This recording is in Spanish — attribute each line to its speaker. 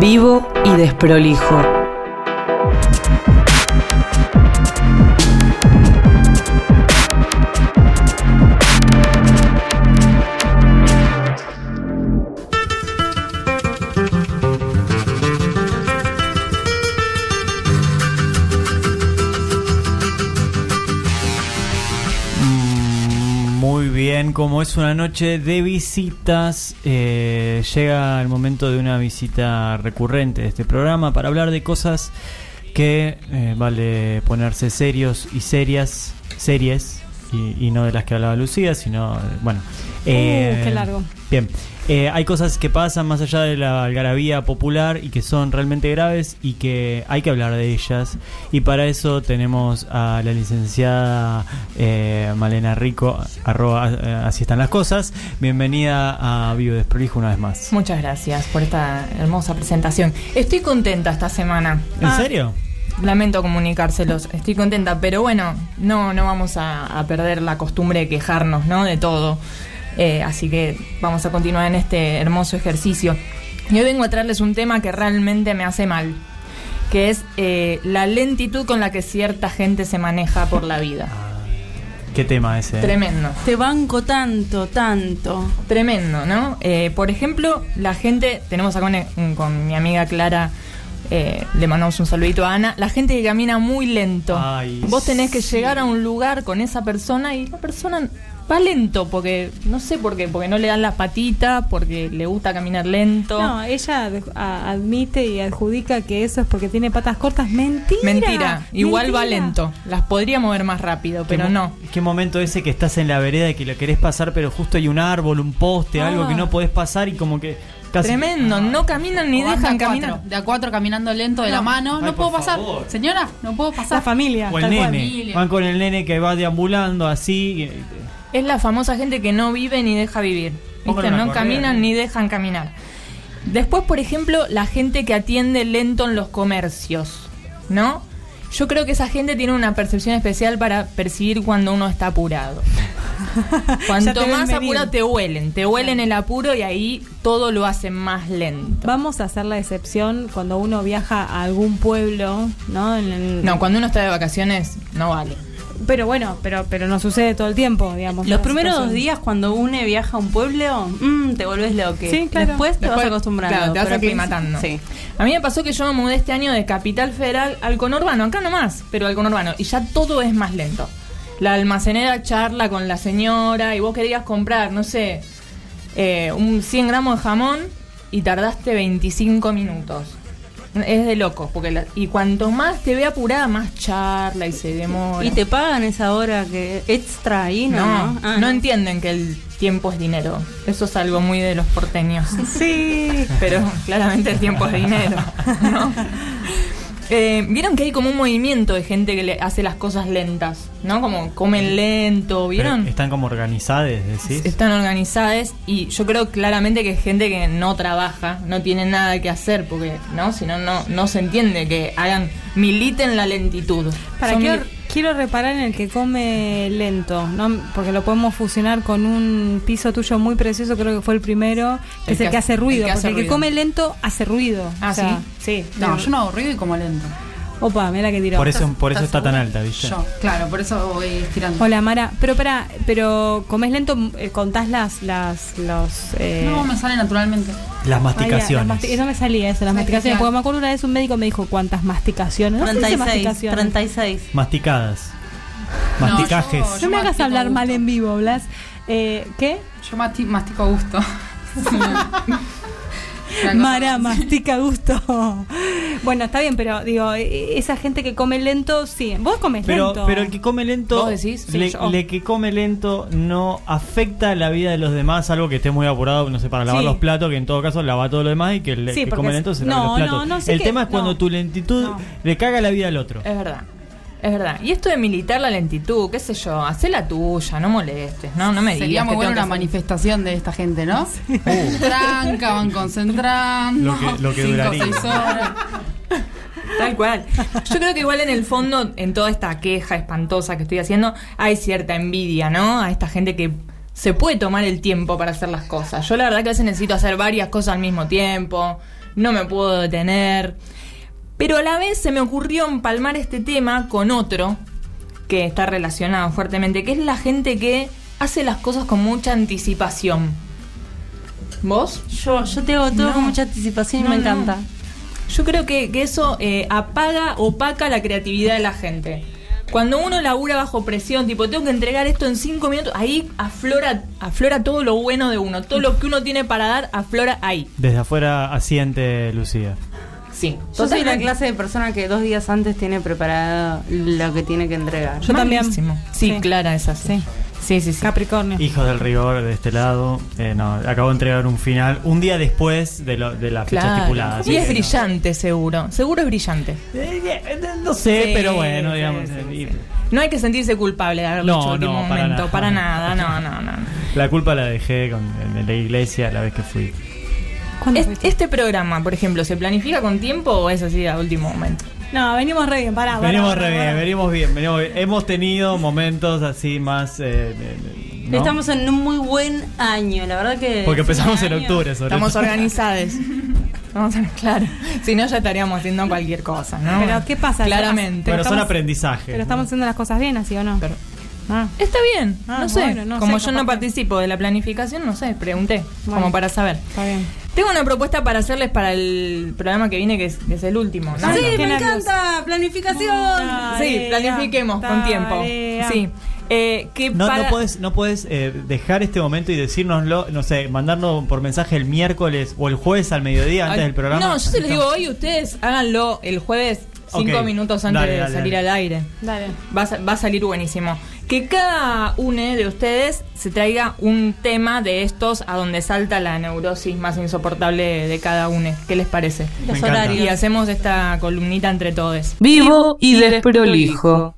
Speaker 1: vivo y desprolijo.
Speaker 2: Mm, Muy bien, como es una noche de visitas, eh, llega el momento de una visita recurrente de este programa para hablar de cosas que eh, vale ponerse serios y serias, series, y, y no de las que hablaba Lucía, sino, eh, bueno.
Speaker 3: Uh,
Speaker 4: qué largo.
Speaker 2: Bien, eh, hay cosas que pasan más allá de la algarabía popular y que son realmente graves y que hay que hablar de ellas. Y para eso tenemos a la licenciada eh, Malena Rico, arroba, eh, así están las cosas. Bienvenida a Vivo Desprolijo una vez más.
Speaker 3: Muchas gracias por esta hermosa presentación. Estoy contenta esta semana.
Speaker 2: ¿En
Speaker 3: Ah,
Speaker 2: serio?
Speaker 3: Lamento comunicárselos, estoy contenta, pero bueno, no, no vamos a, a perder la costumbre de quejarnos, ¿no? De todo. Eh, así que vamos a continuar en este hermoso ejercicio. Yo vengo a traerles un tema que realmente me hace mal, que es eh, la lentitud con la que cierta gente se maneja por la vida.
Speaker 2: ¿Qué tema ese? ¿eh?
Speaker 3: Tremendo.
Speaker 4: Te banco tanto, tanto.
Speaker 3: Tremendo, ¿no? Eh, por ejemplo, la gente, tenemos acá una- un- con mi amiga Clara, eh, le mandamos un saludito a Ana, la gente que camina muy lento.
Speaker 2: Ay,
Speaker 3: Vos tenés que
Speaker 2: sí.
Speaker 3: llegar a un lugar con esa persona y la persona va lento porque, no sé por qué, porque no le dan las patitas, porque le gusta caminar lento.
Speaker 4: No, ella ad- a- admite y adjudica que eso es porque tiene patas cortas. Mentira.
Speaker 3: Mentira, igual va
Speaker 4: mentira.
Speaker 3: lento. Las podría mover más rápido,
Speaker 2: ¿Qué
Speaker 3: pero
Speaker 2: mo-
Speaker 3: no.
Speaker 2: ¿Qué momento ese que estás en la vereda y que lo querés pasar, pero justo hay un árbol, un poste, algo
Speaker 4: Ah.
Speaker 2: que no podés pasar y como que casi.
Speaker 3: Tremendo, no caminan ni
Speaker 5: O anda
Speaker 3: dejan
Speaker 5: a cuatro,
Speaker 3: caminar.
Speaker 5: De a cuatro caminando lento de la mano.
Speaker 2: Ay,
Speaker 5: no puedo
Speaker 2: por
Speaker 5: pasar.
Speaker 2: favor.
Speaker 5: Señora, no puedo pasar.
Speaker 4: La familia.
Speaker 2: O el
Speaker 4: tal cual.
Speaker 2: nene.
Speaker 5: Familia.
Speaker 2: Van con el nene que va deambulando así. y- eh,
Speaker 3: Es la famosa gente que no vive ni deja vivir. ¿Viste?
Speaker 2: Pongan una
Speaker 3: No
Speaker 2: correa.
Speaker 3: caminan ni dejan caminar. Después, por ejemplo, la gente que atiende lento en los comercios, ¿no? Yo creo que esa gente tiene una percepción especial para percibir cuando uno está apurado.
Speaker 4: Ya te
Speaker 3: Cuanto
Speaker 4: ven
Speaker 3: más
Speaker 4: venir.
Speaker 3: apurado te huelen, te huelen el apuro y ahí todo lo hacen más lento.
Speaker 4: Vamos a hacer la excepción cuando uno viaja a algún pueblo, ¿no? En- en-
Speaker 3: No, cuando uno está de vacaciones no vale.
Speaker 4: Pero bueno, pero pero no sucede todo el tiempo, digamos.
Speaker 6: Los
Speaker 4: la
Speaker 6: primeros dos
Speaker 4: situación.
Speaker 6: días cuando une viaja a un pueblo, mm, te volvés loco.
Speaker 4: Sí, claro.
Speaker 6: Después te vas
Speaker 3: Después,
Speaker 6: acostumbrando.
Speaker 3: Claro, te vas
Speaker 6: pero al principio-
Speaker 3: aclimatando.
Speaker 6: Sí.
Speaker 3: A mí me pasó que yo me mudé este año de Capital Federal al conurbano, acá nomás, pero al conurbano. Y ya todo es más lento. La almacenera charla con la señora y vos querías comprar, no sé, eh, un 100 gramos de jamón y tardaste 25 minutos. Es de locos, porque la- y cuanto más te ve apurada, más charla y se demora.
Speaker 6: Y te pagan esa hora que extra ahí, ¿no?
Speaker 3: no,
Speaker 6: ¿no? Ah,
Speaker 3: no entienden que el tiempo es dinero. Eso es algo muy de los porteños.
Speaker 4: Sí.
Speaker 3: pero claramente el tiempo es dinero. ¿no? Eh, Vieron que hay como un movimiento de gente que le hace las cosas lentas, ¿no? Como comen lento, ¿vieron?
Speaker 2: Pero Están como organizadas, decís.
Speaker 3: Están organizadas y yo creo claramente que es gente que no trabaja, no tiene nada que hacer, porque, ¿no? Si no, no, no se entiende que hagan, militen la lentitud.
Speaker 4: Para
Speaker 3: Son
Speaker 4: quiero,
Speaker 3: mil-
Speaker 4: quiero reparar en el que come lento, ¿no? porque lo podemos fusionar con un piso tuyo muy precioso, creo que fue el primero, que
Speaker 3: El
Speaker 4: es el
Speaker 3: que
Speaker 4: que hace
Speaker 3: hace- el
Speaker 4: ruido,
Speaker 3: que
Speaker 4: porque
Speaker 3: hace
Speaker 4: el que
Speaker 3: ruido.
Speaker 4: come lento hace ruido.
Speaker 3: Ah,
Speaker 4: o sea,
Speaker 3: sí.
Speaker 4: Sí.
Speaker 5: No, yo no hago ruido y como lento.
Speaker 4: Opa, mira que tiró.
Speaker 2: Por eso, por eso
Speaker 5: ¿Estás
Speaker 2: está tan
Speaker 5: segura?
Speaker 2: alta, ¿viste?
Speaker 5: Yo, claro, por eso voy estirando.
Speaker 4: Hola Mara, pero para, pero comes lento, eh, contás las, las, los. eh,
Speaker 5: No, me sale naturalmente.
Speaker 2: Las
Speaker 4: ay, las
Speaker 2: masticaciones.
Speaker 4: masti- eso me salía eso, las
Speaker 5: Ay,
Speaker 4: masticaciones.
Speaker 5: claro.
Speaker 4: Porque me acuerdo una vez un médico me dijo cuántas masticaciones. No sé si
Speaker 6: 36,
Speaker 4: masticaciones.
Speaker 6: 36.
Speaker 2: Masticadas.
Speaker 5: No,
Speaker 2: Masticajes.
Speaker 5: yo-
Speaker 4: No me hagas
Speaker 5: mastico
Speaker 4: hablar
Speaker 5: gusto.
Speaker 4: mal en vivo, Blas. Eh, ¿Qué?
Speaker 5: Yo mati- mastico a gusto. Una cosa-
Speaker 4: Mara, mastica gusto. bueno, está bien, pero digo, e- esa gente que come lento, sí. Vos comes
Speaker 2: Pero,
Speaker 4: lento.
Speaker 2: pero el que come lento,
Speaker 3: ¿Vos decís? Sí,
Speaker 2: le,
Speaker 3: yo.
Speaker 2: le que come lento no afecta la vida de los demás, algo que esté muy apurado, no sé, para lavar
Speaker 4: Sí.
Speaker 2: los platos, que en todo caso lava todo lo demás y que el
Speaker 4: Sí,
Speaker 2: que
Speaker 4: porque
Speaker 2: come
Speaker 4: es-
Speaker 2: lento se lava
Speaker 4: no,
Speaker 2: los platos.
Speaker 4: no, no sé
Speaker 2: el
Speaker 4: qué-
Speaker 2: tema es cuando
Speaker 4: no.
Speaker 2: tu lentitud
Speaker 4: No. Eh.
Speaker 2: le caga la vida al otro.
Speaker 3: Es verdad. Es verdad. Y esto de militar la lentitud, qué sé yo, hacé la tuya, no molestes, no, no me digas.
Speaker 5: Sería muy
Speaker 3: que
Speaker 5: buena
Speaker 3: tengo que
Speaker 5: una
Speaker 3: hacer-
Speaker 5: manifestación de esta gente, ¿no? Tranca, van concentrando.
Speaker 2: Lo que- lo que
Speaker 5: cinco,
Speaker 2: duraría.
Speaker 5: seis horas.
Speaker 3: Tal cual. Yo creo que igual en el fondo, en toda esta queja espantosa que estoy haciendo, hay cierta envidia, ¿no? A esta gente que se puede tomar el tiempo para hacer las cosas. Yo la verdad que a veces necesito hacer varias cosas al mismo tiempo. no me puedo detener. Pero a la vez se me ocurrió empalmar este tema con otro que está relacionado fuertemente, que es la gente que hace las cosas con mucha anticipación. ¿Vos?
Speaker 6: Yo, yo te hago todo
Speaker 3: No.
Speaker 6: con mucha anticipación y
Speaker 3: No,
Speaker 6: me
Speaker 3: no.
Speaker 6: encanta.
Speaker 3: Yo creo que, que eso eh, apaga, opaca la creatividad de la gente. Cuando uno labura bajo presión, tipo, tengo que entregar esto en cinco minutos, ahí aflora, aflora todo lo bueno de uno, todo lo que uno tiene para dar, aflora ahí.
Speaker 2: Desde afuera asiente Lucía.
Speaker 3: Sí.
Speaker 6: Yo soy la
Speaker 3: Totalmente.
Speaker 6: clase de persona que dos días antes tiene preparado lo que tiene que entregar.
Speaker 4: Yo también.
Speaker 3: Malísimo. Sí,
Speaker 4: Sí.
Speaker 3: Clara es así.
Speaker 4: Sí.
Speaker 3: Sí, sí, sí.
Speaker 4: Capricornio.
Speaker 2: Hijos del rigor de este lado. Eh, no, acabo de entregar un final un día después de, lo- de la fecha
Speaker 3: Claro.
Speaker 2: estipulada. así
Speaker 3: Y es
Speaker 2: que no.
Speaker 3: brillante, seguro. Seguro es brillante.
Speaker 2: Eh, eh, eh, no sé,
Speaker 3: Sí,
Speaker 2: pero bueno,
Speaker 3: sí,
Speaker 2: digamos.
Speaker 3: sí,
Speaker 2: eh,
Speaker 3: sí.
Speaker 2: y-
Speaker 3: No hay que sentirse culpable de haberlo
Speaker 2: No,
Speaker 3: hecho en
Speaker 2: no,
Speaker 3: último
Speaker 2: para
Speaker 3: momento.
Speaker 2: nada.
Speaker 3: Para nada, no, no, no.
Speaker 2: La culpa la dejé con, en la iglesia la vez que fui.
Speaker 4: ¿Cuándo
Speaker 3: Es-
Speaker 4: fuiste?
Speaker 3: este programa, por ejemplo, ¿se planifica con tiempo o es así a último momento?
Speaker 4: No, venimos re bien, pará. pará,
Speaker 2: venimos
Speaker 4: pará,
Speaker 2: re bien,
Speaker 4: pará.
Speaker 2: venimos bien, venimos bien. Hemos tenido momentos así más. eh, eh, ¿no?
Speaker 6: Estamos en un muy buen año, la verdad que...
Speaker 2: Porque empezamos en
Speaker 6: año.
Speaker 2: octubre, sobre
Speaker 3: Estamos
Speaker 2: todo.
Speaker 3: organizadas. Vamos a claro. Si no, ya estaríamos haciendo cualquier cosa, ¿no?
Speaker 4: Pero, ¿qué pasa?
Speaker 3: Claramente.
Speaker 2: Bueno, son
Speaker 4: estamos-
Speaker 2: aprendizajes.
Speaker 4: Pero estamos haciendo las cosas bien, ¿así o no?
Speaker 3: Pero-
Speaker 4: Ah.
Speaker 3: Está bien,
Speaker 4: Ah,
Speaker 3: no sé.
Speaker 4: bueno, no
Speaker 3: Como
Speaker 4: sé,
Speaker 3: yo no
Speaker 4: capaz que-
Speaker 3: participo de la planificación, no sé, pregunté,
Speaker 4: Bueno.
Speaker 3: como para saber.
Speaker 4: Está bien.
Speaker 3: Tengo una propuesta para hacerles para el programa que viene, que es, que es el último. ¿no?
Speaker 4: Ay,
Speaker 6: Sí,
Speaker 4: qué
Speaker 6: me
Speaker 4: nervios.
Speaker 6: encanta, planificación.
Speaker 3: Sí,
Speaker 4: Tarea,
Speaker 3: planifiquemos con tiempo.
Speaker 4: tarea.
Speaker 3: Sí. Eh, que
Speaker 2: No,
Speaker 3: para-
Speaker 2: no puedes, no puedes eh, dejar este momento y decírnoslo, no sé, mandarnos por mensaje el miércoles o el jueves al mediodía antes
Speaker 3: Ay,
Speaker 2: del programa.
Speaker 3: No, yo se les digo
Speaker 2: Estamos-
Speaker 3: hoy, ustedes háganlo el jueves, cinco
Speaker 2: Ok.
Speaker 3: minutos antes
Speaker 2: Dale,
Speaker 3: de
Speaker 2: dale,
Speaker 3: salir
Speaker 2: dale.
Speaker 3: al aire.
Speaker 4: Dale.
Speaker 3: Va a, sa- va a salir buenísimo. Que cada uno de ustedes se traiga un tema de estos a donde salta la neurosis más insoportable de cada uno. ¿Qué les parece?
Speaker 2: Me encanta.
Speaker 3: Y hacemos esta columnita entre todos.
Speaker 1: Vivo y desprolijo.